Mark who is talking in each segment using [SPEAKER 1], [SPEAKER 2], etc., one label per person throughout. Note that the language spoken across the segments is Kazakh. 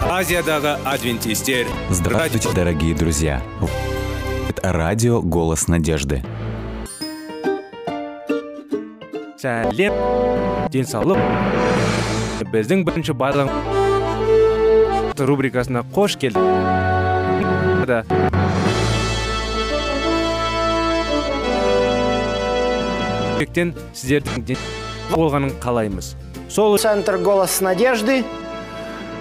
[SPEAKER 1] азиядағы адвентистер
[SPEAKER 2] Здравствуйте, дорогие друзья! Это радио «Голос надежды».
[SPEAKER 3] сәлем денсаулық біздің бірінші байланыс рубрикасына қош келдіңіз Да, жүректен сіздердің ден- болғанын қалаймыз сол үшін
[SPEAKER 4] Центр «Голос надежды».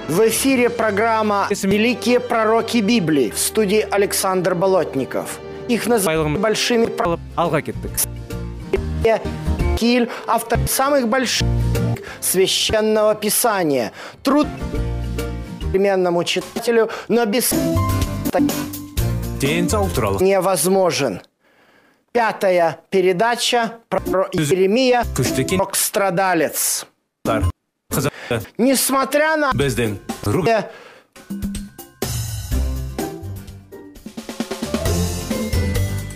[SPEAKER 4] В эфире программа «Великие пророки Библии» в студии Александр Болотников. Их называют
[SPEAKER 3] Байлығым-
[SPEAKER 4] большими
[SPEAKER 3] алып алға кеттік
[SPEAKER 4] пророками. Киль – автор самых больших священного писания. Труд современному читателю, но без
[SPEAKER 1] денсаулық туралы
[SPEAKER 4] невозможен. Пятая передача про Еремия
[SPEAKER 1] күшті
[SPEAKER 4] «Пророк страдалец».
[SPEAKER 1] кинолар қызықты
[SPEAKER 4] Несмотря на
[SPEAKER 1] біздің руб-
[SPEAKER 4] Э,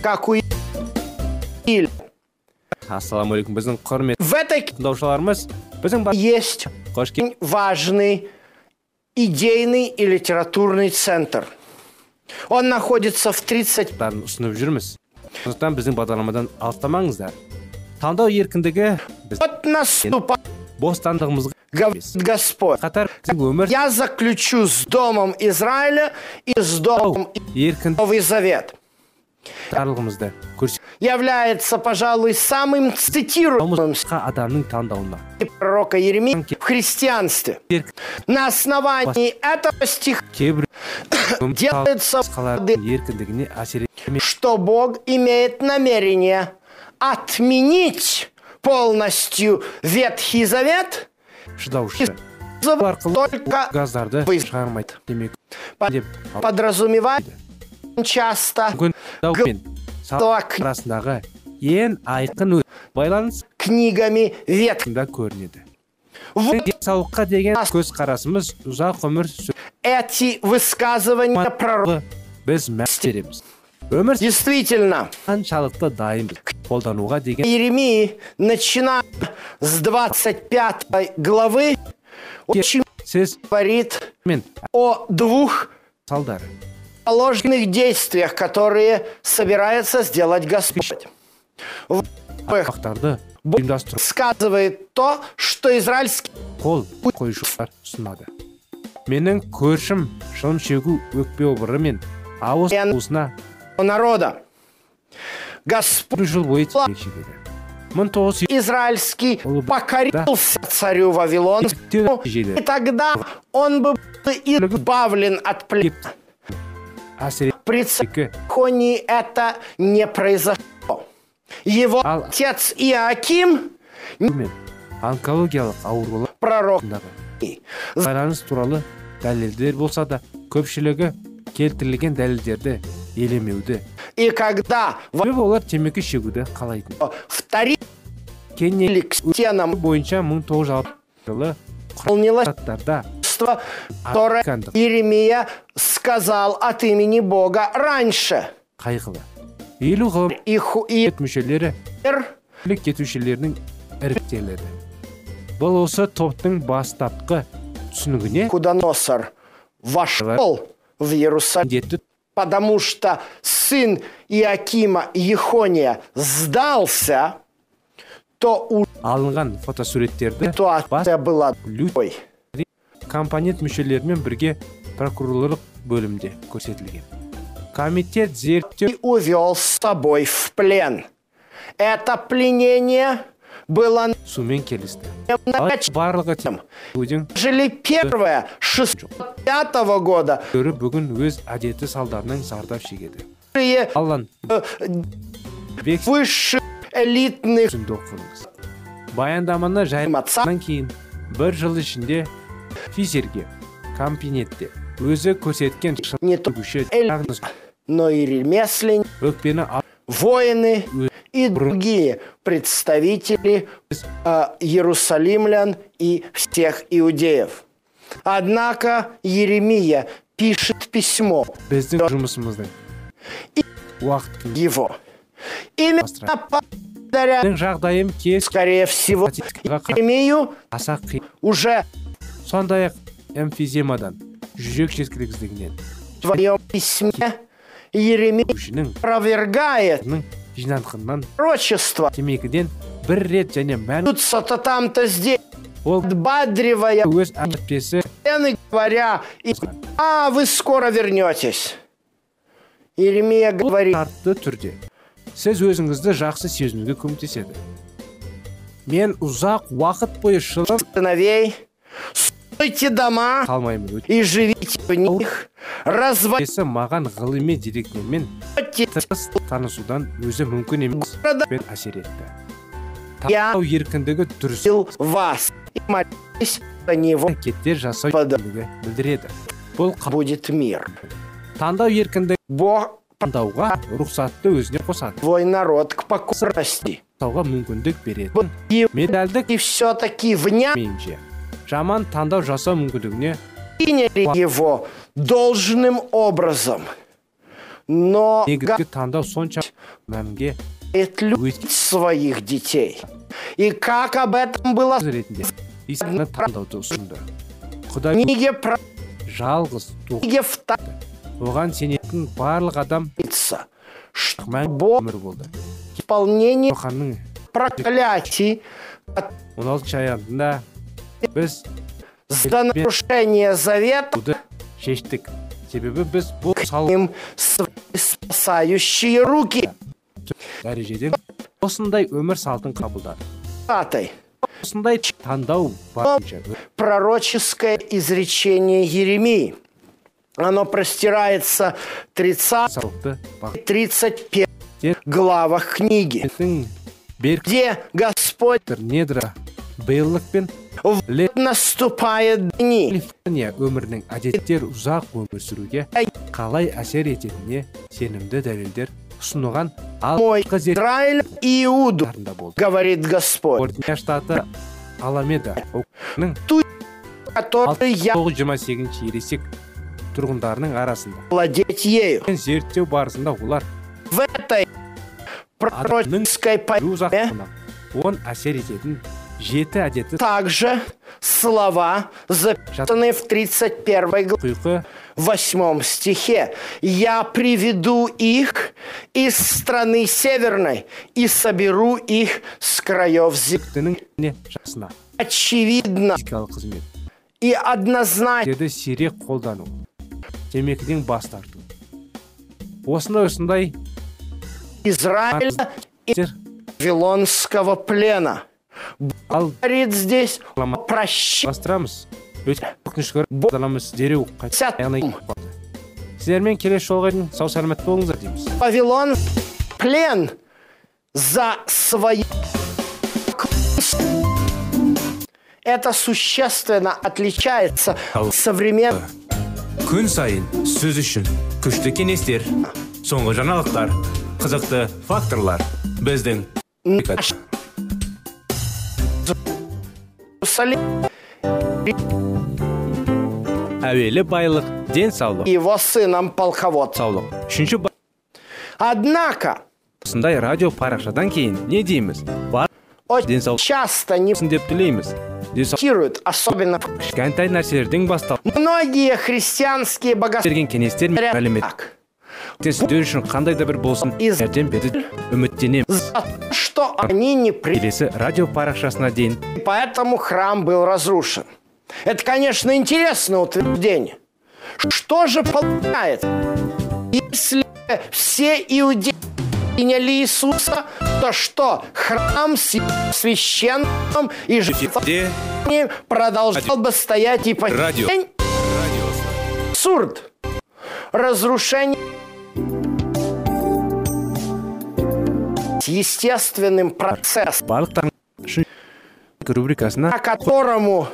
[SPEAKER 4] Как у Иль.
[SPEAKER 3] ассалаумағалейкум біздің құрметті
[SPEAKER 4] В этой книге
[SPEAKER 3] тыңдаушыларымыз біздің ба-
[SPEAKER 4] есть
[SPEAKER 3] қош келдіңіз
[SPEAKER 4] очень важный идейный и литературный центр. Он находится в 30
[SPEAKER 3] ұсынып жүрміз сондықтан біздің бағдарламадан алыстамаңыздар таңдау еркіндігі біз
[SPEAKER 4] Вот наступает
[SPEAKER 3] бостандығымызға
[SPEAKER 4] говорит Господь.
[SPEAKER 3] қатар өмір
[SPEAKER 4] Я заключу с домом Израиля и с домом
[SPEAKER 3] еркін
[SPEAKER 4] Новый Завет.
[SPEAKER 3] тарлығымызды көрсетуіміз
[SPEAKER 4] Является, пожалуй, самым цитируемым
[SPEAKER 3] адамның таңдауына
[SPEAKER 4] пророка Еремии в христианстве.
[SPEAKER 3] Ерк-
[SPEAKER 4] На основании этого стиха
[SPEAKER 3] кейбір
[SPEAKER 4] делается
[SPEAKER 3] басқалардың еркіндігіне әсер етмей
[SPEAKER 4] что Бог имеет намерение отменить полностью Ветхий Завет,
[SPEAKER 3] шыдаушы
[SPEAKER 4] зав-
[SPEAKER 3] арқылы
[SPEAKER 4] только
[SPEAKER 3] газдарды
[SPEAKER 4] Вы-
[SPEAKER 3] шығармайды демек
[SPEAKER 4] по-
[SPEAKER 3] деп
[SPEAKER 4] подразумевает часто
[SPEAKER 3] бүгін дау мен сал
[SPEAKER 4] Док.
[SPEAKER 3] арасындағы ең айқын өз- байланыс
[SPEAKER 4] книгами Ветхого.
[SPEAKER 3] да көрінеді
[SPEAKER 4] Вот
[SPEAKER 3] денсаулыққа деген көзқарасымыз ұзақ өмір сүру
[SPEAKER 4] эти высказывания пророка.
[SPEAKER 3] біз мәс береміз өмір
[SPEAKER 4] Действительно,
[SPEAKER 3] қаншалықты дайынбыз қолдануға деген
[SPEAKER 4] Еремии, начиная с 25 главы, очень
[SPEAKER 3] сіз
[SPEAKER 4] говорит
[SPEAKER 3] мен
[SPEAKER 4] о двух
[SPEAKER 3] салдары
[SPEAKER 4] ложных действиях, которые собирается сделать Господь. Во-первых,
[SPEAKER 3] құқықтарды ұйымдастыру
[SPEAKER 4] сказывает то, что израильский
[SPEAKER 3] қол қойшылар ұсынады менің көршім шылым шегу өкпе обыры мен ауыз
[SPEAKER 4] Мен-
[SPEAKER 3] уысына
[SPEAKER 4] народа. Господь
[SPEAKER 3] бір жыл бойы темекі шегеді мың тоғыз жүз
[SPEAKER 4] израильский
[SPEAKER 3] Улыб-
[SPEAKER 4] покорился царю Вавилону,
[SPEAKER 3] Тю-
[SPEAKER 4] и тогда он бы был избавлен от плена.
[SPEAKER 3] әсер
[SPEAKER 4] При
[SPEAKER 3] еткі
[SPEAKER 4] Законе это не произошло. Его
[SPEAKER 3] Ал-
[SPEAKER 4] отец Иаким,
[SPEAKER 3] мен онкологиялық аурулардағы
[SPEAKER 4] пророк,
[SPEAKER 3] байланыс туралы дәлелдер болса да көпшілігі келтірілген дәлелдерді елемеуді
[SPEAKER 4] и когда во-
[SPEAKER 3] себебі олар темекі шегуді қалайтын
[SPEAKER 4] вторили
[SPEAKER 3] кеннелік
[SPEAKER 4] к стенам
[SPEAKER 3] бойынша мың тоғыз жүз алпыс жылы
[SPEAKER 4] волнилось
[SPEAKER 3] штаттарда
[SPEAKER 4] чувство, которое
[SPEAKER 3] Аркандов.
[SPEAKER 4] Иеремия сказал от имени Бога раньше.
[SPEAKER 3] қайғылы елу ғылым
[SPEAKER 4] И, ху- и
[SPEAKER 3] үкімет мүшелері
[SPEAKER 4] ир-
[SPEAKER 3] билік кетушілердің іріктеледі бұл осы топтың бастапқы түсінігіне
[SPEAKER 4] Кудоносор вошел в Иерусалим,
[SPEAKER 3] міндетті
[SPEAKER 4] потому что сын Иакима Ехония сдался, то у
[SPEAKER 3] алынған фотосуреттерді бас
[SPEAKER 4] ситуация была
[SPEAKER 3] лю-
[SPEAKER 4] другой.
[SPEAKER 3] компонент мүшелерімен бірге прокурорлық бөлімде көрсетілген комитет зерттеу
[SPEAKER 4] И увел с собой в плен. Это пленение было
[SPEAKER 3] сумен келісті
[SPEAKER 4] начали
[SPEAKER 3] барлығы тем өзен
[SPEAKER 4] первое 605 года.
[SPEAKER 3] өрі бүгін өз әдеті салдарынан зардап шегеді
[SPEAKER 4] Высшие-
[SPEAKER 3] аллан
[SPEAKER 4] э,
[SPEAKER 3] бек
[SPEAKER 4] Высших элитных
[SPEAKER 3] үзінді оқыңыз баяндаманы жайматсадан кейін бір жыл ішінде физерге кабинетте өзі көрсеткен
[SPEAKER 4] Не то-
[SPEAKER 3] шылгүші
[SPEAKER 4] Эль- но и ремесленники,
[SPEAKER 3] өкпені ал-
[SPEAKER 4] воины и другие представители э, Иерусалимлян и всех иудеев. Однако Еремия пишет письмо
[SPEAKER 3] біздің жұмысымыздың уақыт
[SPEAKER 4] его. Именно благодаря,
[SPEAKER 3] менің жағдайым кез
[SPEAKER 4] скорее всего,
[SPEAKER 3] статистикаға қарап
[SPEAKER 4] Еремию
[SPEAKER 3] аса қиын
[SPEAKER 4] уже
[SPEAKER 3] сондай ақ эмфиземадан жүрек жеткіліксіздігінен
[SPEAKER 4] В твоем письме Еремей
[SPEAKER 3] жүргізушінің
[SPEAKER 4] опровергает
[SPEAKER 3] ның жинанқыннан
[SPEAKER 4] пророчество.
[SPEAKER 3] темекіден бір рет және мән
[SPEAKER 4] Тут-то там-то здесь,
[SPEAKER 3] ол
[SPEAKER 4] подбадривая
[SPEAKER 3] өз әріптесі
[SPEAKER 4] Елены, говоря, «И- а вы скоро вернетесь. Еремия говорит,
[SPEAKER 3] шартты түрде сіз өзіңізді жақсы сезінуге көмектеседі мен ұзақ уақыт бойы шылым
[SPEAKER 4] сыновей, стройте дома
[SPEAKER 3] қалмаймын Өтесі
[SPEAKER 4] и живите в них, разводите
[SPEAKER 3] маған ғылыми деректермен тығыз танысудан өзі мүмкін емес пен әсер етті
[SPEAKER 4] Я-
[SPEAKER 3] таңдау еркіндігі дұрыс
[SPEAKER 4] вас и молитесь за него
[SPEAKER 3] әрекеттер жасау
[SPEAKER 4] Вода.
[SPEAKER 3] еркіндігі білдіреді бұл қаб-
[SPEAKER 4] будет мир.
[SPEAKER 3] таңдау еркіндігі
[SPEAKER 4] Бог
[SPEAKER 3] таңдауға рұқсатты өзіне қосады
[SPEAKER 4] твой народ к покорности.
[SPEAKER 3] таңдауға мүмкіндік береді
[SPEAKER 4] Вот и,
[SPEAKER 3] медальдік
[SPEAKER 4] и все-таки вняли
[SPEAKER 3] менше жаман таңдау жасау мүмкіндігіне
[SPEAKER 4] его должным образом. Но
[SPEAKER 3] негізгі таңдау сонша мәнге
[SPEAKER 4] гает любить своих детей. И как об этом было в
[SPEAKER 3] ретінде исаны таңдауды ұсынды құдай
[SPEAKER 4] книге про
[SPEAKER 3] жалғыз туған
[SPEAKER 4] книге вторая
[SPEAKER 3] оған сенетін барлық адам
[SPEAKER 4] лица, что
[SPEAKER 3] мәңгі
[SPEAKER 4] Бог-
[SPEAKER 3] өмір болды
[SPEAKER 4] исполнение
[SPEAKER 3] Йоханның
[SPEAKER 4] проклятий
[SPEAKER 3] 16 аянында біз
[SPEAKER 4] за нарушение завета
[SPEAKER 3] суды шештік себебі біз бұл сал
[SPEAKER 4] им свои спасающие руки
[SPEAKER 3] дәрежеден осындай өмір салтын қабылдадық
[SPEAKER 4] Пятой.
[SPEAKER 3] осындай таңдау барынша
[SPEAKER 4] пророческое изречение Еремии. Оно простирается 30
[SPEAKER 3] салтты
[SPEAKER 4] 31 главах книги,
[SPEAKER 3] бақыттың беріктер
[SPEAKER 4] где Господь
[SPEAKER 3] недра биылдық пен ле-
[SPEAKER 4] наступает дни,
[SPEAKER 3] Калифорния өмірінің әдеттер ұзақ өмір сүруге қалай әсер ететініне сенімді дәлелдер ұсынылған
[SPEAKER 4] мой
[SPEAKER 3] алғы
[SPEAKER 4] Израиль и Иуду,
[SPEAKER 3] зерттарында болды
[SPEAKER 4] говорит Господь,
[SPEAKER 3] Калифорния штаты аламеда округінің
[SPEAKER 4] который я
[SPEAKER 3] 1928 ересек тұрғындарының арасында
[SPEAKER 4] владеть ею.
[SPEAKER 3] зерттеу барысында олар
[SPEAKER 4] В этой пророческой
[SPEAKER 3] жүру
[SPEAKER 4] поэме
[SPEAKER 3] ұзақтығына он әсер ететін жеті әдетті
[SPEAKER 4] также слова, записанные в 31 главе.
[SPEAKER 3] тұйқы
[SPEAKER 4] в восьмом стихе. «Я приведу их из страны северной и соберу их с краев земли».
[SPEAKER 3] тінің не жасына
[SPEAKER 4] Очевидно
[SPEAKER 3] физикалық қызмет
[SPEAKER 4] и однозначно
[SPEAKER 3] дерді сирек қолдану темекіден бас тарту осындай осындай
[SPEAKER 4] Израиля и
[SPEAKER 3] әдеттер
[SPEAKER 4] Вавилонского плена.
[SPEAKER 3] ал
[SPEAKER 4] Говорит здесь о
[SPEAKER 3] Лама-
[SPEAKER 4] прощении.
[SPEAKER 3] бастырамыз өте өкінішке орай бағдарламамыз дереу қайт- аяғына келіп қалды. сіздермен келесі жолға дейін сау сәлемет болыңыздар дейміз
[SPEAKER 4] Вавилон плен за свои... Это существенно отличается
[SPEAKER 1] Ал-
[SPEAKER 4] от современных
[SPEAKER 1] күн сайын сөз үшін күшті кеңестер соңғы жаңалықтар қызықты факторлар біздің
[SPEAKER 4] Иерусалим
[SPEAKER 1] әуелі байлық
[SPEAKER 4] и
[SPEAKER 1] денсаулық
[SPEAKER 4] его сыном полководцем.
[SPEAKER 1] саулық үшінші ба-
[SPEAKER 4] Однако,
[SPEAKER 1] осындай радио парақшадан кейін не дейміз бар
[SPEAKER 4] очень
[SPEAKER 1] денсаулық
[SPEAKER 4] часто не
[SPEAKER 1] болсын деп тілейміз денсаулық
[SPEAKER 4] цитируют, особенно
[SPEAKER 1] кішкентай нәрселерден бастап
[SPEAKER 4] многие христианские богословы,
[SPEAKER 1] берген кеңестер мен
[SPEAKER 4] говорят
[SPEAKER 1] әлеуметтік
[SPEAKER 4] так,
[SPEAKER 1] сіздер үшін қандай да бір болсын
[SPEAKER 4] Из-
[SPEAKER 1] жәрдем береді үміттенеміз
[SPEAKER 4] за то, что они не приняли,
[SPEAKER 1] келесі радио парақшасына дейін
[SPEAKER 4] поэтому храм был разрушен. Это, конечно, интересное утверждение. Что же получается, если все иудеи приняли Иисуса, то что храм с его священным и
[SPEAKER 1] эфирде
[SPEAKER 4] жертвоприношением не продолжал бы стоять и по
[SPEAKER 1] Радио.
[SPEAKER 4] день. Абсурд. Разрушение с естественным процессом,
[SPEAKER 1] барлық таң үшін рубрикасына
[SPEAKER 4] по которому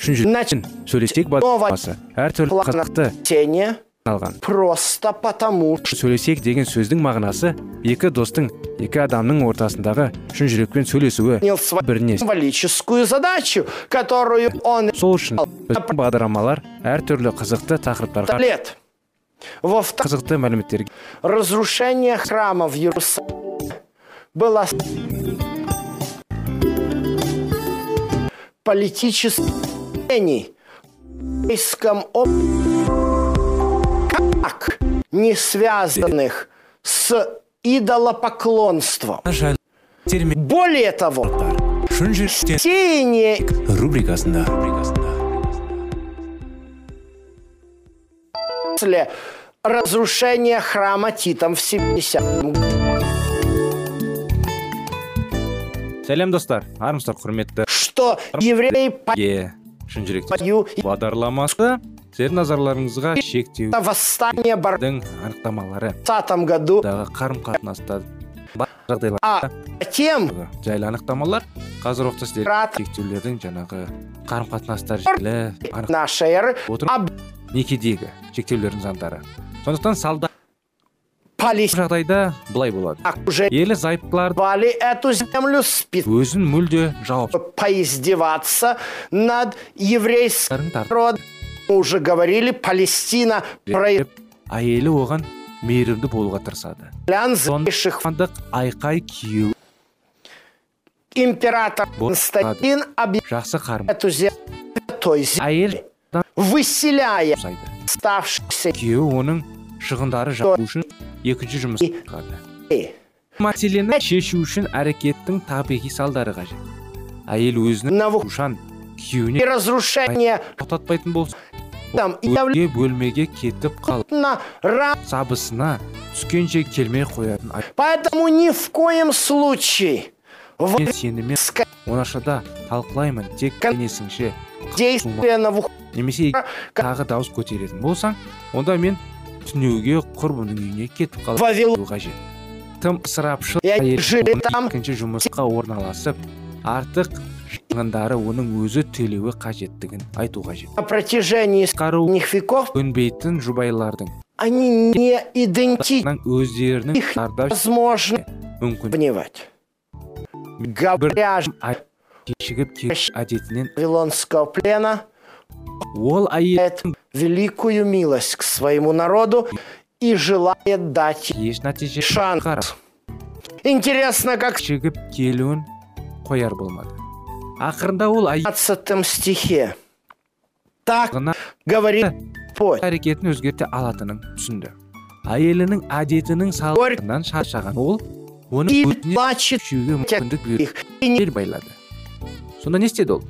[SPEAKER 1] үшінші
[SPEAKER 4] Начин.
[SPEAKER 1] сөйлессек
[SPEAKER 4] Нова-
[SPEAKER 1] бағдарламасы әртүрлі қызықты
[SPEAKER 4] планетение
[SPEAKER 1] алған
[SPEAKER 4] просто потому, что
[SPEAKER 1] сөйлесек деген сөздің мағынасы екі достың екі адамның ортасындағы шын жүрекпен сөйлесуі
[SPEAKER 4] принял свою
[SPEAKER 1] біріне
[SPEAKER 4] символическую задачу, которую он
[SPEAKER 1] сол үшін біздің бағдарламалар әртүрлі қызықты тақырыптарға
[SPEAKER 4] лет. Во-вторых,
[SPEAKER 1] қызықты мәліметтерге
[SPEAKER 4] разрушение храма в Иерусалиме было с- политических иудейском об- как не связанных с идолопоклонством.
[SPEAKER 1] Наша термин
[SPEAKER 4] Более того,
[SPEAKER 1] шын жүрісте
[SPEAKER 4] сеяние
[SPEAKER 1] рубрикасында
[SPEAKER 4] после разрушения храма Титом в 70 году.
[SPEAKER 3] сәлем достар армысыздар құрметті
[SPEAKER 4] Что евреи
[SPEAKER 3] е шын жүректен
[SPEAKER 4] пою
[SPEAKER 3] бағдарламасы сіздердің назарларыңызға шектеудің
[SPEAKER 4] восстание в
[SPEAKER 3] анықтамалары
[SPEAKER 4] 20 году,
[SPEAKER 3] дағы қарым қатынаста бар
[SPEAKER 4] а
[SPEAKER 3] жағдайлар
[SPEAKER 4] затем
[SPEAKER 3] жайлы анықтамалар қазір уақытта сіздер
[SPEAKER 4] Рат.
[SPEAKER 3] шектеулердің жаңағы қарым қатынастар жайлы анық-
[SPEAKER 4] нашей эры
[SPEAKER 3] отырып некедегі шектеулердің заңдары сондықтан салда
[SPEAKER 4] палестинцы
[SPEAKER 3] жағдайда былай болады
[SPEAKER 4] уже
[SPEAKER 3] ерлі зайыптыларды
[SPEAKER 4] звали эту землю спит
[SPEAKER 3] өзін мүлде жауап
[SPEAKER 4] поиздеваться над еврейским народом. Мы уже говорили, Палестина
[SPEAKER 3] әйелі оған мейірімді болуға тырысады
[SPEAKER 4] проявляющих
[SPEAKER 3] хандық айқай кию
[SPEAKER 4] император
[SPEAKER 3] Вот
[SPEAKER 4] Константин объявил
[SPEAKER 3] жақсы қарым
[SPEAKER 4] эту землю той землей,
[SPEAKER 3] әйел
[SPEAKER 4] выселяя
[SPEAKER 3] жұмсайды
[SPEAKER 4] оставшихся
[SPEAKER 3] күйеуі оның шығындары жабу үшін екінші жұмыс
[SPEAKER 4] И-
[SPEAKER 3] атқарды.
[SPEAKER 4] евреев.
[SPEAKER 3] мәселені шешу үшін әрекеттің табиғи салдары қажет әйел өзінің
[SPEAKER 4] на выход
[SPEAKER 3] ушан
[SPEAKER 4] и
[SPEAKER 3] күйеуіне
[SPEAKER 4] разрушение
[SPEAKER 3] тоқтатпайтын болса
[SPEAKER 4] там
[SPEAKER 3] өзге бөлмеге кетіп қалып
[SPEAKER 4] явлено ра-
[SPEAKER 3] сабысына түскенше келмей қоятын ай-
[SPEAKER 4] Поэтому ни в коем случае в
[SPEAKER 3] мен сенімен
[SPEAKER 4] Ска-
[SPEAKER 3] оңашада талқылаймын тек
[SPEAKER 4] Кон-
[SPEAKER 3] кенесіңше
[SPEAKER 4] действие на выход
[SPEAKER 3] немесе тағы дауыс көтеретін болсаң онда мен түнеуге құрбының үйіне кетіп қалып
[SPEAKER 4] Вавилон
[SPEAKER 3] кету қажет тым ысырапшыл
[SPEAKER 4] Я
[SPEAKER 3] әйел
[SPEAKER 4] жили
[SPEAKER 3] оның
[SPEAKER 4] там.
[SPEAKER 3] екінші жұмысқа орналасып артық шығындары оның өзі төлеуі қажеттігін айту қажет
[SPEAKER 4] на протяжении
[SPEAKER 3] қару
[SPEAKER 4] средних веков
[SPEAKER 3] көнбейтін жұбайлардың
[SPEAKER 4] они не идентичны.
[SPEAKER 3] өздерінің
[SPEAKER 4] Их
[SPEAKER 3] зардап
[SPEAKER 4] Возможно
[SPEAKER 3] мүмкін
[SPEAKER 4] понимать. Говоря же
[SPEAKER 3] ай- кешігіп кету әдетінен
[SPEAKER 4] Вавилонского плена,
[SPEAKER 3] ол
[SPEAKER 4] Э,
[SPEAKER 3] әйелдің
[SPEAKER 4] великую милость к своему народу и желает дать ей
[SPEAKER 3] еш нәтиже
[SPEAKER 4] шанс.
[SPEAKER 3] шығарып
[SPEAKER 4] Интересно, как в
[SPEAKER 3] кешігіп келуін қояр болмады ақырында ол
[SPEAKER 4] 17 стихе. Так
[SPEAKER 3] аяғына
[SPEAKER 4] говорит Господь.
[SPEAKER 3] әрекетін өзгерте алатынын түсінді әйелінің әдетінің салдарынан шаршаған ол оны
[SPEAKER 4] И
[SPEAKER 3] өзіне
[SPEAKER 4] плачет
[SPEAKER 3] күшеуге мүмкіндік беріп
[SPEAKER 4] их, и не
[SPEAKER 3] бел байлады сонда не істеді ол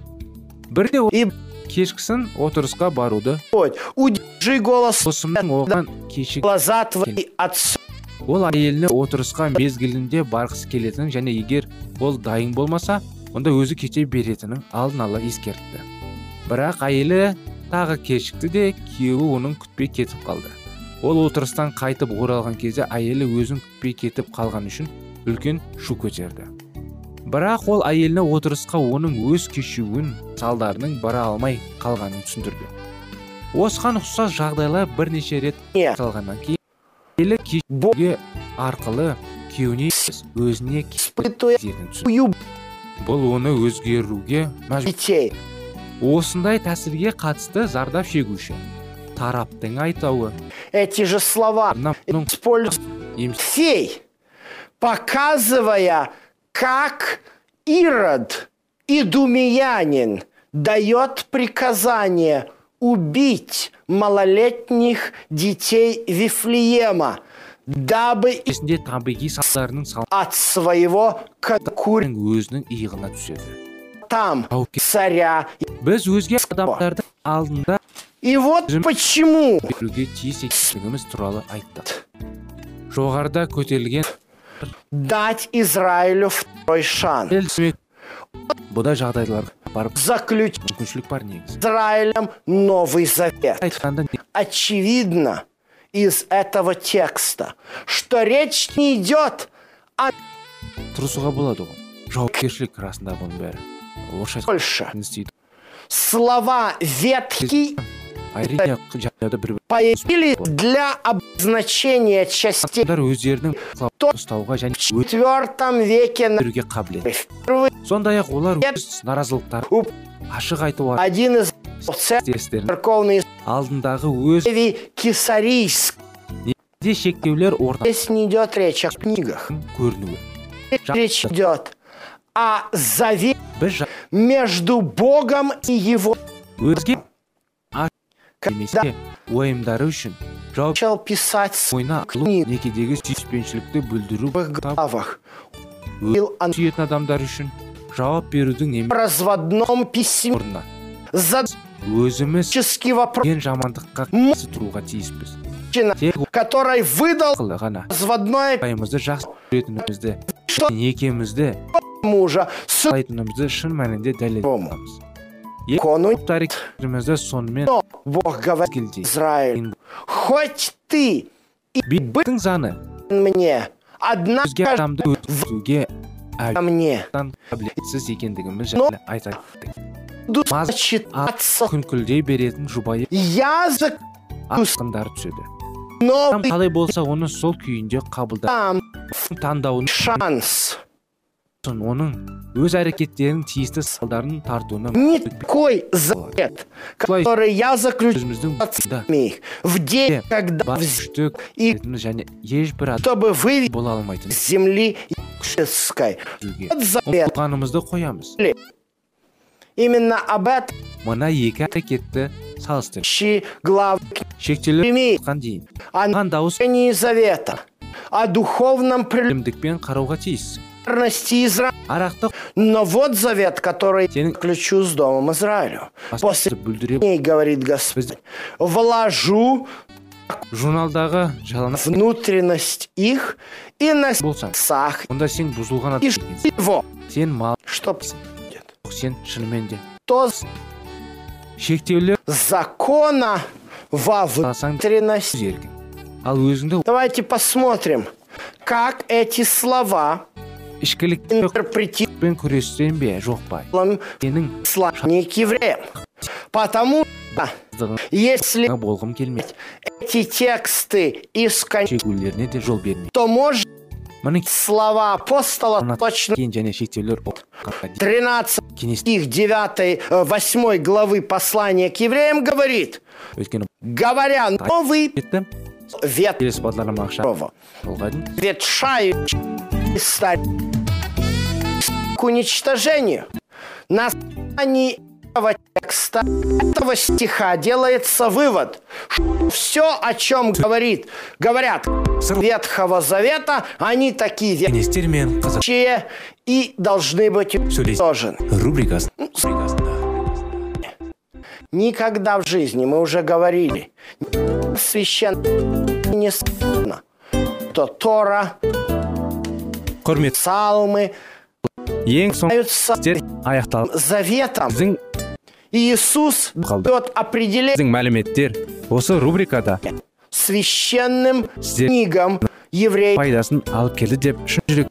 [SPEAKER 3] бірде ол
[SPEAKER 4] И-
[SPEAKER 3] кешкісін отырысқа баруды
[SPEAKER 4] Господь. Удержи голос
[SPEAKER 3] досымның оған кешік
[SPEAKER 4] глаза твои отцу.
[SPEAKER 3] ол әйеліне отырысқа мезгілінде барғысы келетінін және егер ол дайын болмаса онда өзі кете беретінін алдын ала ескертті бірақ әйелі тағы кешікті де күйеуі оның күтпей кетіп қалды ол отырыстан қайтып оралған кезде әйелі өзін күтпей кетіп қалған үшін үлкен шу көтерді бірақ ол әйеліне отырысқа оның өз кешігуін салдарының бара алмай қалғанын түсіндірді осыған ұқсас жағдайлар бірнеше рет
[SPEAKER 4] Не.
[SPEAKER 3] қалғаннан кейін әйелі кеш-
[SPEAKER 4] Бог
[SPEAKER 3] күйе арқылы күйеуіне емес, өзіне
[SPEAKER 4] испытуя
[SPEAKER 3] кететін
[SPEAKER 4] твою
[SPEAKER 3] бұл оны өзгеруге мәжбүр
[SPEAKER 4] детей.
[SPEAKER 3] осындай тәсілге қатысты зардап шегуші тараптың айтауы
[SPEAKER 4] Эти же слова
[SPEAKER 3] оның
[SPEAKER 4] используют
[SPEAKER 3] емс-
[SPEAKER 4] сей, показывая, как Ирод, идумиянин, дает приказание убить малолетних детей Вифлеема, дабы
[SPEAKER 3] есінде табиғи салдарының салдарының
[SPEAKER 4] от своего конкурента
[SPEAKER 3] өзінің иығына түседі
[SPEAKER 4] там
[SPEAKER 3] Тауке-
[SPEAKER 4] царя.
[SPEAKER 3] біз өзге адамдардың алдында
[SPEAKER 4] И вот
[SPEAKER 3] Зим-
[SPEAKER 4] почему
[SPEAKER 3] беруге тиіс екендігіміз туралы айттық жоғарыда көтерілген
[SPEAKER 4] дать Израилю второй шанс.
[SPEAKER 3] ел түзмек- бұдай жағдайларға барып
[SPEAKER 4] Заключить
[SPEAKER 3] мүмкіншілік бар негізі
[SPEAKER 4] с Израилем новый завет.
[SPEAKER 3] айтқанда
[SPEAKER 4] очевидно из этого текста, что речь не идет
[SPEAKER 3] тұрысуға болады ғой жауапкершілік расында бұның бәрі орысша айтқанда
[SPEAKER 4] больше.
[SPEAKER 3] не істейді
[SPEAKER 4] Слова ветхий
[SPEAKER 3] әрине жағдайда бір
[SPEAKER 4] появились для обозначения частей
[SPEAKER 3] адамдар өздерінің құлап ұстауға және
[SPEAKER 4] в IV веке на-
[SPEAKER 3] өндіруге қабілет
[SPEAKER 4] впервые
[SPEAKER 3] сондай ақ олар өз наразылықтарын ашық айтуға
[SPEAKER 4] один из цер-
[SPEAKER 3] тестерін
[SPEAKER 4] церковный
[SPEAKER 3] алдындағы өз
[SPEAKER 4] церкви Кесарийск.
[SPEAKER 3] де шектеулер орнатып
[SPEAKER 4] Здесь не идет речь о книгах.
[SPEAKER 3] көрінуі
[SPEAKER 4] Речь идет о завете
[SPEAKER 3] біз жа-
[SPEAKER 4] между Богом и Его
[SPEAKER 3] өзге немесе уайымдары үшін жауап
[SPEAKER 4] начал писать
[SPEAKER 3] мойнына алу некедегі сүйіспеншілікті білдіру
[SPEAKER 4] в
[SPEAKER 3] тап-
[SPEAKER 4] главах.
[SPEAKER 3] өз
[SPEAKER 4] Говорил о
[SPEAKER 3] сүйетін адамдар үшін жауап берудің неме
[SPEAKER 4] разводном письме.
[SPEAKER 3] орнына
[SPEAKER 4] Задаческий
[SPEAKER 3] өзіміз
[SPEAKER 4] вопрос,
[SPEAKER 3] деген жамандыққа қарсы тұруға тиіспіз тек ол
[SPEAKER 4] который выдал
[SPEAKER 3] арқылы ғана
[SPEAKER 4] разводное
[SPEAKER 3] пайымызды жақсы көретінімізді
[SPEAKER 4] Что?
[SPEAKER 3] некемізді
[SPEAKER 4] мужа с
[SPEAKER 3] қалайтынымызды шын мәнінде
[SPEAKER 4] Бом.
[SPEAKER 3] дәлелдейміз
[SPEAKER 4] кону.
[SPEAKER 3] тарихымызды сонымен
[SPEAKER 4] Но Бог говорит
[SPEAKER 3] келдей
[SPEAKER 4] Израиль, хоть ты
[SPEAKER 3] биттің заны
[SPEAKER 4] мне,
[SPEAKER 3] бізге
[SPEAKER 4] однажды
[SPEAKER 3] адамды өткізуге
[SPEAKER 4] ко мне
[SPEAKER 3] әбден қабілетсіз екендігіміз жайлы айта кеттік
[SPEAKER 4] буду
[SPEAKER 3] Маз-
[SPEAKER 4] сочетаться.
[SPEAKER 3] ат күңкілдей беретін жұбайы
[SPEAKER 4] Я за
[SPEAKER 3] ақындар түседі адам
[SPEAKER 4] новый
[SPEAKER 3] қалай болса оны сол күйінде қабылда
[SPEAKER 4] там
[SPEAKER 3] таңдауының
[SPEAKER 4] шанс.
[SPEAKER 3] оның өз әрекеттерінің тиісті салдарын тартуына
[SPEAKER 4] Не такой завет, который я заключил
[SPEAKER 3] өзіміздің
[SPEAKER 4] с отцами в день, когда
[SPEAKER 3] бар
[SPEAKER 4] взял,
[SPEAKER 3] күшті
[SPEAKER 4] и
[SPEAKER 3] және ешбір адам
[SPEAKER 4] чтобы вывести
[SPEAKER 3] бола алмайтын
[SPEAKER 4] с земли египетской.
[SPEAKER 3] дүзге
[SPEAKER 4] Вот завет.
[SPEAKER 3] қанымызды қоямыз
[SPEAKER 4] Именно об этом
[SPEAKER 3] мына екі әрекетті салыстыр
[SPEAKER 4] ищи главы
[SPEAKER 3] шектеулер
[SPEAKER 4] имеет
[SPEAKER 3] тұтқан дейін
[SPEAKER 4] о
[SPEAKER 3] қан дауыс
[SPEAKER 4] нарушении завета, о духовном
[SPEAKER 3] білімдікпен қарауға тиіс
[SPEAKER 4] прелюбности Израиля.
[SPEAKER 3] арақты
[SPEAKER 4] Но вот завет, который я
[SPEAKER 3] Тень-
[SPEAKER 4] заключу с Домом Израилю. После
[SPEAKER 3] басты бүлдіре
[SPEAKER 4] ней, говорит Господь, вложу
[SPEAKER 3] журналдағы жаланақ
[SPEAKER 4] внутренность их и на
[SPEAKER 3] болсаң
[SPEAKER 4] сердцах
[SPEAKER 3] онда сен бұзылған адам
[SPEAKER 4] и
[SPEAKER 3] екенсің.
[SPEAKER 4] его.
[SPEAKER 3] сен мал
[SPEAKER 4] Что
[SPEAKER 3] жоқ, сен шынымен де
[SPEAKER 4] кто с-
[SPEAKER 3] шектеулер
[SPEAKER 4] закона во
[SPEAKER 3] салсаң да
[SPEAKER 4] внутренность.
[SPEAKER 3] өз еркің ал өзіңді
[SPEAKER 4] Давайте посмотрим, как эти слова
[SPEAKER 3] ішкілікпен
[SPEAKER 4] интерпретируем
[SPEAKER 3] күрестен бе жоқ па сенің
[SPEAKER 4] посланник евреям. Потому что
[SPEAKER 3] аздығыңа
[SPEAKER 4] если
[SPEAKER 3] болғым келмейді
[SPEAKER 4] эти тексты искать,
[SPEAKER 3] шегулеріне де жол бермей
[SPEAKER 4] то может
[SPEAKER 3] міне
[SPEAKER 4] слова апостола точно
[SPEAKER 3] кейін және шектеулер оққанға дейін
[SPEAKER 4] 13
[SPEAKER 3] кеңесте
[SPEAKER 4] стих 9, э, 8 главы послания к евреям говорит,
[SPEAKER 3] өйткені
[SPEAKER 4] говоря новый
[SPEAKER 3] кетті
[SPEAKER 4] ветрова,
[SPEAKER 3] келесі бағдарлама ақша болғайдың
[SPEAKER 4] ветшающий стать к уничтожению. На основании этого текста, этого стиха делается вывод, что все, о чем говорит, говорят с Ветхого Завета, они такие
[SPEAKER 2] Кеңестер мен қазақ
[SPEAKER 4] вещие и должны быть
[SPEAKER 2] сөйлес
[SPEAKER 4] уничтожены.
[SPEAKER 2] рубрикасы
[SPEAKER 4] Никогда в жизни, мы уже говорили, священно не сказано, что Тора,
[SPEAKER 1] құрметті
[SPEAKER 4] Псалмы
[SPEAKER 1] ең соңғы
[SPEAKER 4] являются
[SPEAKER 1] істер аяқталып
[SPEAKER 4] заветом.
[SPEAKER 1] біздің
[SPEAKER 4] И Иисус
[SPEAKER 1] Правда.
[SPEAKER 4] дает определение
[SPEAKER 1] біздің мәліметтер осы рубрикада
[SPEAKER 4] священным
[SPEAKER 1] сіздер
[SPEAKER 4] книгам евреев.
[SPEAKER 1] пайдасын алып келді деп шын жүрек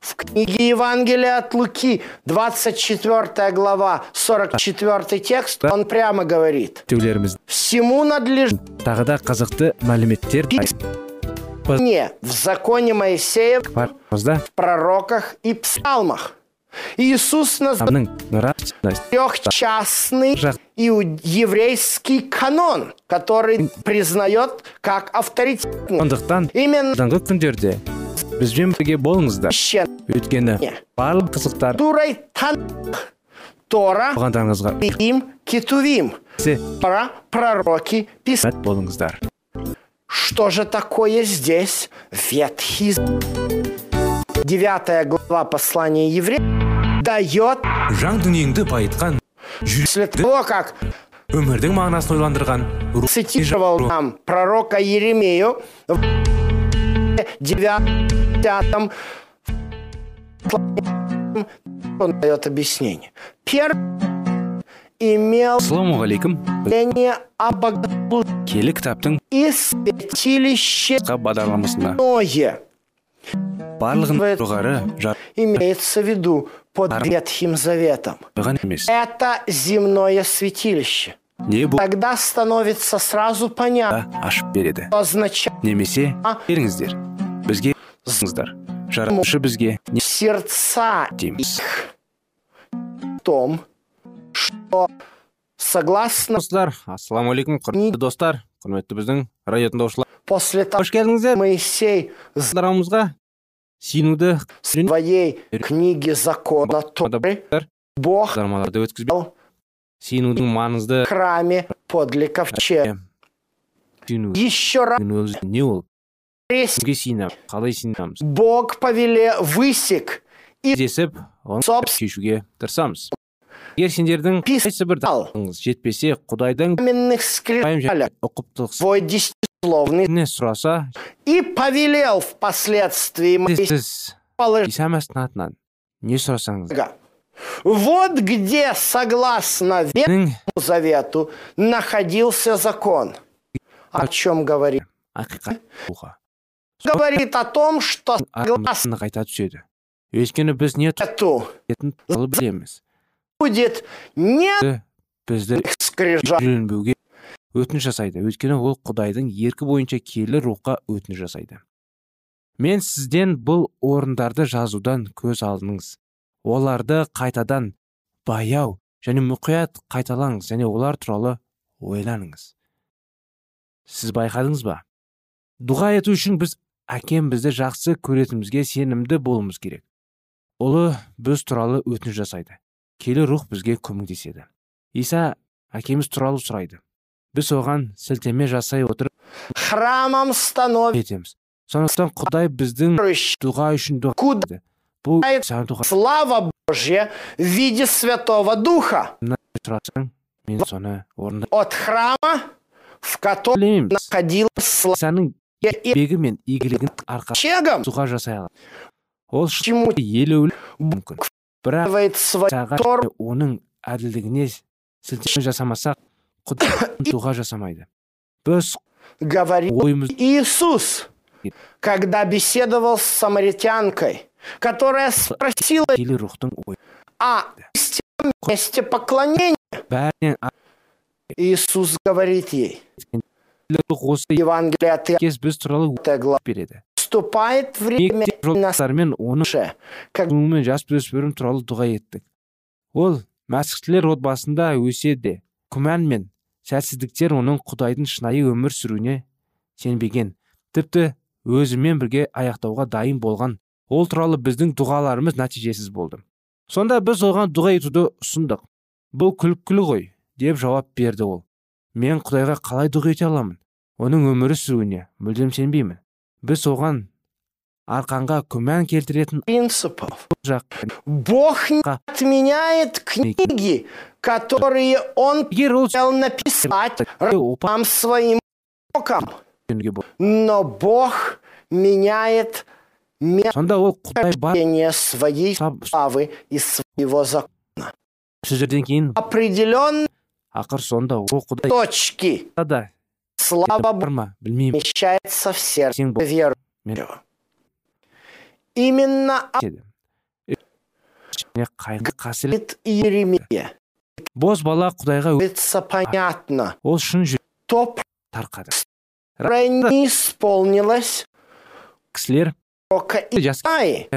[SPEAKER 4] В книге Евангелия от Луки, 24 глава, 44 текст, он прямо говорит,
[SPEAKER 1] тілеулеріміз
[SPEAKER 4] «Всему надлежит
[SPEAKER 1] тағы да қызықты мәліметтер
[SPEAKER 4] мне в законе Моисеев,
[SPEAKER 1] парымызда
[SPEAKER 4] в пророках и псалмах». Иисус назвал
[SPEAKER 1] адамның нравственность
[SPEAKER 4] трехчастный
[SPEAKER 1] Жах.
[SPEAKER 4] иу- еврейский канон, который признает как авторитетный.
[SPEAKER 1] сондықтан
[SPEAKER 4] Именно
[SPEAKER 1] алдағы күндерде бізбен бірге болыңыздар
[SPEAKER 4] священный
[SPEAKER 1] өйткені барлық қызықтар
[SPEAKER 4] Турой Тан Тора
[SPEAKER 1] болғандарыңызға
[SPEAKER 4] Пиим Китувим про пророки писать.
[SPEAKER 1] сәт болыңыздар
[SPEAKER 4] Что же такое здесь Ветхий Девятая глава послания евреям дает
[SPEAKER 2] жан дүниеңді байытқан
[SPEAKER 4] после того, как
[SPEAKER 2] өмірдің мағынасын ойландырған
[SPEAKER 4] цитировал нам пророка Еремею в девятом послании, он дает объяснение. Первый имел
[SPEAKER 1] ассалаумағалейкум алейкум
[SPEAKER 4] мнение о богослужении
[SPEAKER 1] келі кітаптың
[SPEAKER 4] и святилище
[SPEAKER 1] қысқа бағдарламасында
[SPEAKER 4] Ное
[SPEAKER 1] барлығын жоғары
[SPEAKER 4] имеется в виду под
[SPEAKER 1] Ар-
[SPEAKER 4] Ветхим Заветом.
[SPEAKER 1] жарған емес
[SPEAKER 4] Это земное святилище.
[SPEAKER 1] не болса
[SPEAKER 4] Тогда становится сразу понятно,
[SPEAKER 1] ашып береді
[SPEAKER 4] что означает
[SPEAKER 1] немесе
[SPEAKER 4] А.
[SPEAKER 1] беріңіздер бізге сыңыздар жаратушы бізге не
[SPEAKER 4] сердца
[SPEAKER 1] дейміз
[SPEAKER 4] в том, что согласно
[SPEAKER 1] достар ассалаумағалейкум құрметті достар құрметті біздің радио тыңдаушылар
[SPEAKER 4] после того,
[SPEAKER 1] қош келдіңіздер
[SPEAKER 4] Моисей с
[SPEAKER 1] бағдарламамызға сенуді
[SPEAKER 4] своей книге закона Торы
[SPEAKER 1] бағдарламаларды
[SPEAKER 4] Бог
[SPEAKER 1] өткізбей
[SPEAKER 3] сиынудың маңызды
[SPEAKER 4] храме подле ковчега.
[SPEAKER 3] сүйіну
[SPEAKER 4] Еще раз
[SPEAKER 3] өзі не ол
[SPEAKER 4] рез-
[SPEAKER 3] кімге сиынамыз қалай сиынамыз
[SPEAKER 4] Бог повеле высек
[SPEAKER 3] десіп оны
[SPEAKER 4] Собс-
[SPEAKER 3] шешуге тырысамыз егер сендердің
[SPEAKER 4] Пис-
[SPEAKER 3] қайсы бір
[SPEAKER 4] ал.
[SPEAKER 3] дағдарыңыз жетпесе құдайдың
[SPEAKER 4] каменных
[SPEAKER 3] пайым және
[SPEAKER 4] скрижалях
[SPEAKER 3] ұқыптылықсыз
[SPEAKER 4] свой десятисловный
[SPEAKER 3] не сұраса
[SPEAKER 4] и повелел впоследствии Моисею
[SPEAKER 3] сіз
[SPEAKER 4] положить
[SPEAKER 3] иса мәсіхтің атынан не сұрасаңыз
[SPEAKER 4] Бога. Вот где, согласно Ветхому
[SPEAKER 3] менің
[SPEAKER 4] Завету, находился закон. О чем говорит?
[SPEAKER 3] ақиқат тұлға
[SPEAKER 4] Говорит о том, что согласно
[SPEAKER 3] атымызды қайта түседі өйткені біз не
[SPEAKER 4] Завету
[SPEAKER 3] тұретін алып білеміз
[SPEAKER 4] будет не
[SPEAKER 3] бізді
[SPEAKER 4] скрижал.
[SPEAKER 3] үйленбеуге өтініш жасайды өйткені ол құдайдың еркі бойынша киелі рухқа өтініш жасайды мен сізден бұл орындарды жазудан көз алдыңыз оларды қайтадан баяу және мұқият қайталаңыз және олар туралы ойланыңыз сіз байқадыңыз ба дұға ету үшін біз әкем бізді жақсы көретінімізге сенімді болуымыз керек ұлы біз туралы өтініш жасайды келі рух бізге көмектеседі иса әкеміз туралы сұрайды біз оған сілтеме жасай отырып
[SPEAKER 4] Храмом становится
[SPEAKER 3] етеміз сондықтан құдай біздің
[SPEAKER 4] верующий.
[SPEAKER 3] дұға үшін дұға
[SPEAKER 4] Куда
[SPEAKER 3] етеді. бұл саған дұға
[SPEAKER 4] слава Божья в виде Святого Духа
[SPEAKER 3] сұрасаң мен соны орында
[SPEAKER 4] от храма, в котором
[SPEAKER 3] білеміз
[SPEAKER 4] находилась слава
[SPEAKER 3] исаның
[SPEAKER 4] и
[SPEAKER 3] еңбегі мен игілігінің арқасында
[SPEAKER 4] чегом,
[SPEAKER 3] дұға жасай алады ол шын
[SPEAKER 4] чему
[SPEAKER 3] елеулі мүмкін бірақ
[SPEAKER 4] делает свою
[SPEAKER 3] саған
[SPEAKER 4] Тору.
[SPEAKER 3] оның әділдігіне сілтеме жасамасақ құдай дұға жасамайды біз
[SPEAKER 4] говорит
[SPEAKER 3] ойымыз
[SPEAKER 4] Иисус, когда беседовал с самаритянкой, которая спросила
[SPEAKER 3] киелі рухтың ойы
[SPEAKER 4] о истинном месте поклонения.
[SPEAKER 3] бәрінен
[SPEAKER 4] Иисус говорит ей,
[SPEAKER 3] әділдік осы
[SPEAKER 4] Евангелие от
[SPEAKER 3] кез біз туралы
[SPEAKER 4] Иоанна, глава,
[SPEAKER 3] береді
[SPEAKER 4] «Наступает время
[SPEAKER 3] мектеп жолдастарымен оны
[SPEAKER 4] наше, когда
[SPEAKER 3] мен жасөспірім туралы дұға еттік ол мәсіхтілер отбасында өседі күмән мен сәтсіздіктер оның құдайдың шынайы өмір сүруіне сенбеген тіпті өзімен бірге аяқтауға дайын болған ол туралы біздің дұғаларымыз нәтижесіз болды сонда біз оған дұға етуді ұсындық бұл күлкілі ғой деп жауап берді ол мен құдайға қалай дұға ете аламын оның өмірі сүруіне мүлдем сенбеймін біз оған арқанға күмән келтіретін
[SPEAKER 4] принципов.
[SPEAKER 3] жақ
[SPEAKER 4] Бог не отменяет книги, которые Он
[SPEAKER 3] егер ол
[SPEAKER 4] хотел написать
[SPEAKER 3] опа
[SPEAKER 4] вам своим рукам.
[SPEAKER 3] дүниеге бол-
[SPEAKER 4] Но Бог меняет
[SPEAKER 3] сонда ол құдай бар
[SPEAKER 4] мерение своей
[SPEAKER 3] сап-
[SPEAKER 4] славы и своего закона.
[SPEAKER 3] сөздерден кейін
[SPEAKER 4] Определенные
[SPEAKER 3] ақыр соңында ол құдай
[SPEAKER 4] точки
[SPEAKER 3] да
[SPEAKER 4] слава
[SPEAKER 3] бар
[SPEAKER 4] Бога
[SPEAKER 3] ма білмеймін
[SPEAKER 4] вмещается в сердце
[SPEAKER 3] сен бол
[SPEAKER 4] верующего. Именно об
[SPEAKER 3] деді және қайғы қасірет
[SPEAKER 4] этом Иеремия.
[SPEAKER 3] боз бала құдайға өз-
[SPEAKER 4] Становится понятно,
[SPEAKER 3] ол шын жүрек
[SPEAKER 4] то,
[SPEAKER 3] тарқады
[SPEAKER 4] которое не исполнилось
[SPEAKER 3] кісілер
[SPEAKER 4] рока
[SPEAKER 3] жас
[SPEAKER 4] Исаи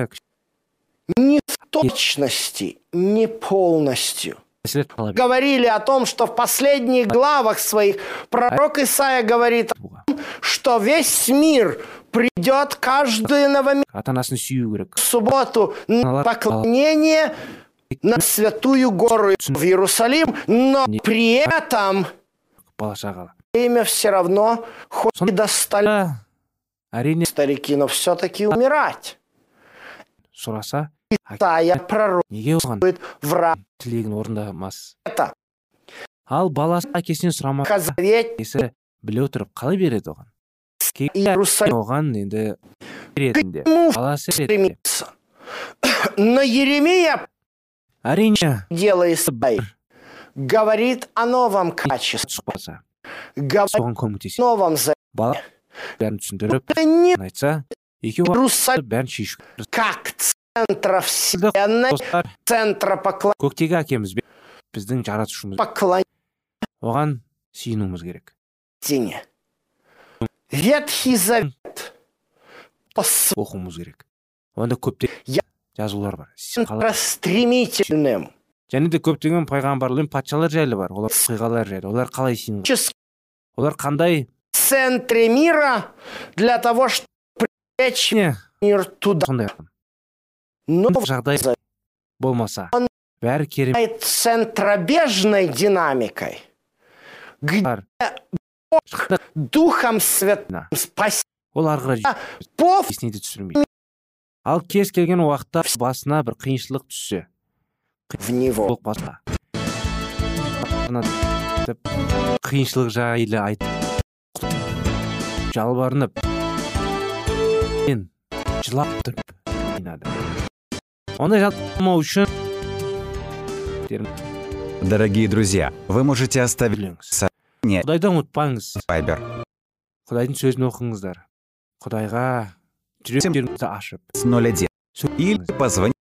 [SPEAKER 4] не в точности, не полностью.
[SPEAKER 3] кісілер қала береді.
[SPEAKER 4] Говорили о том, что в последних главах своих пророк Исаия говорит,
[SPEAKER 3] Бұға.
[SPEAKER 4] что весь мир придет каждую новомесячную
[SPEAKER 3] ата анасын сүю керек
[SPEAKER 4] субботу на поклонение на святую гору в Иерусалим, но при этом
[SPEAKER 3] бала шағалы
[SPEAKER 4] время все равно хоть и достали
[SPEAKER 3] Да, әрине
[SPEAKER 4] старики, но все-таки умирать.
[SPEAKER 3] сұраса
[SPEAKER 4] Тая пророкует
[SPEAKER 3] неге оған
[SPEAKER 4] враг
[SPEAKER 3] тілегін орындамас
[SPEAKER 4] это.
[SPEAKER 3] ал баласы әкесінен сұрамаса
[SPEAKER 4] Казаветь
[SPEAKER 3] әкесі біле отырып қалай береді оған Кей-
[SPEAKER 4] Иерусалим
[SPEAKER 3] оған енді ретінде
[SPEAKER 4] Кому
[SPEAKER 3] баласы ретінде
[SPEAKER 4] стремится. Но Еремия,
[SPEAKER 3] әрине
[SPEAKER 4] дело Исаи, говорит о новом качестве,
[SPEAKER 3] сұқпаса
[SPEAKER 4] говорит
[SPEAKER 3] соған
[SPEAKER 4] о
[SPEAKER 3] көмектесе
[SPEAKER 4] новом завете.
[SPEAKER 3] бала бәрін түсіндіріп
[SPEAKER 4] Не
[SPEAKER 3] айтса екеуі
[SPEAKER 4] Иерусалим
[SPEAKER 3] бәрін шешуге тырысты.
[SPEAKER 4] как центра вселенной,
[SPEAKER 3] достар
[SPEAKER 4] центра поклонения,
[SPEAKER 3] көктегі әкеміз бе- біздің жаратушымыз оған сүйінуіміз керек
[SPEAKER 4] истине. Ветхий Завет по
[SPEAKER 3] оқуымыз керек онда көптеген
[SPEAKER 4] Я-
[SPEAKER 3] жазулар бар Сен қалай-
[SPEAKER 4] центра стремительным
[SPEAKER 3] және де көптеген пайғамбарлар мен патшалар жайлы бар олар оқиғалар жайлы олар қалай сүйінген
[SPEAKER 4] чес-
[SPEAKER 3] олар қандай
[SPEAKER 4] центре мира для того, чтобы привлечь
[SPEAKER 3] не
[SPEAKER 4] мир туда.
[SPEAKER 3] сондай адам.
[SPEAKER 4] Но
[SPEAKER 3] жағдай болмаса бәрі керемет
[SPEAKER 4] Э, центробежной динамикой, где
[SPEAKER 3] Бар. шықты
[SPEAKER 4] Духом Святым
[SPEAKER 3] А. Да.
[SPEAKER 4] спасибо
[SPEAKER 3] ол ары қарай
[SPEAKER 4] А. по
[SPEAKER 3] есіне де түсірмейді ал кез келген уақытта басына бір қиыншылық түссе
[SPEAKER 4] в него.
[SPEAKER 3] жоқ басқа Ана деп қиыншылық жайлы айтып жалбарынып мен жылап тұрып қинады ондай жалмау үшін
[SPEAKER 2] Дорогие друзья, вы можете оставить
[SPEAKER 3] біліңіз құдайды ұмытпаңыз
[SPEAKER 2] Viber
[SPEAKER 3] құдайдың сөзін оқыңыздар құдайға жүректеріңізді ашып
[SPEAKER 2] 01 или
[SPEAKER 3] сөйлеңіз.
[SPEAKER 2] позвонить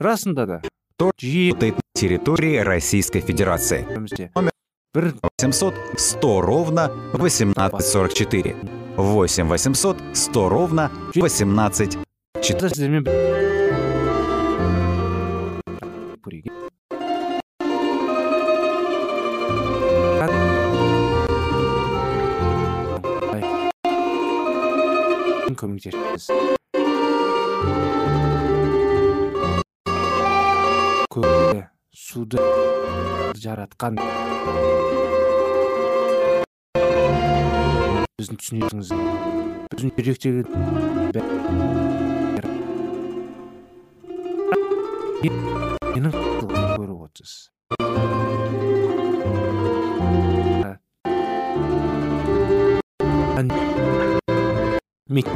[SPEAKER 3] расында да
[SPEAKER 2] То-
[SPEAKER 3] жиі
[SPEAKER 2] на территории Российской Федерации.
[SPEAKER 3] өмірімізде
[SPEAKER 2] Номер.
[SPEAKER 3] бір
[SPEAKER 2] 800 100 ровно 1844. 8 800 100 ровно 18
[SPEAKER 3] Что с людьми, б- Пуриги. Ай. Көмектесеміз. Көкті, суды жаратқан біздің түсінетіңіз біздің жүректегі менің қылығымды көріп отырсыз Ә. Ән- Мек-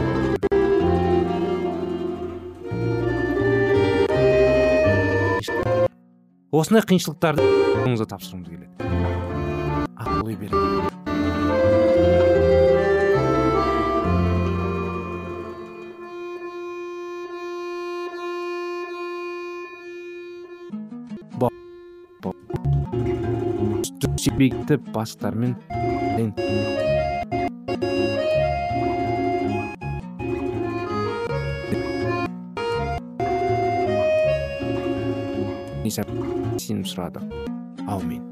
[SPEAKER 3] осындай қиыншылықтарды қолыңызға тапсырғымыз келеді ақыл ой беріңіз. түксебекті бастармен дайын. Иса сенім сұрады аумин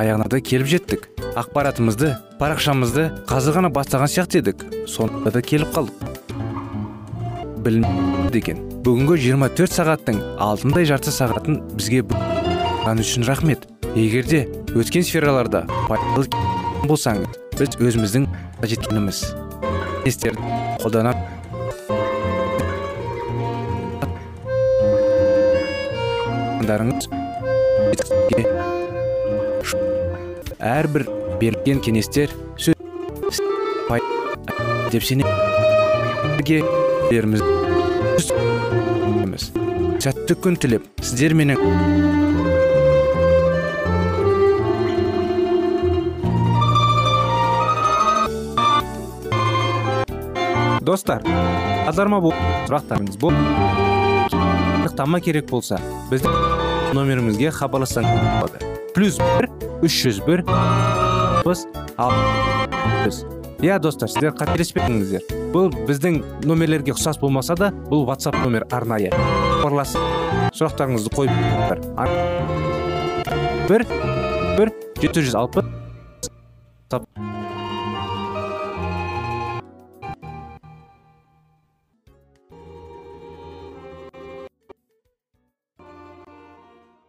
[SPEAKER 1] аяғына да келіп жеттік ақпаратымызды парақшамызды қазір ғана бастаған сияқты едік сонда да келіп қалдық білім деген бүгінгі 24 сағаттың алтындай жарты сағатын бізге бөлгені үшін рахмет егер де өткен сфераларда пайдалы болсаңыз біз өзіміздің жеткеніміз кеңестерді қолдана жетістікке әрбір берілген кеңестер сөз іс- пай- деп сенеміз сәтті күн тілеп сіздер менің
[SPEAKER 3] достар аударма болып сұрақтарыңыз болып анықтама керек болса біздің номерімізге хабарлассаңыз болады плюс бір үш жүз бір біз біз иә достар сіздер қателеспеңіздер бұл біздің номерлерге ұқсас болмаса да бұл WhatsApp номер арнайы хабарласып сұрақтарыңызды қойып тұрыңыздар. Ар- бір бір жеті жүз алпыс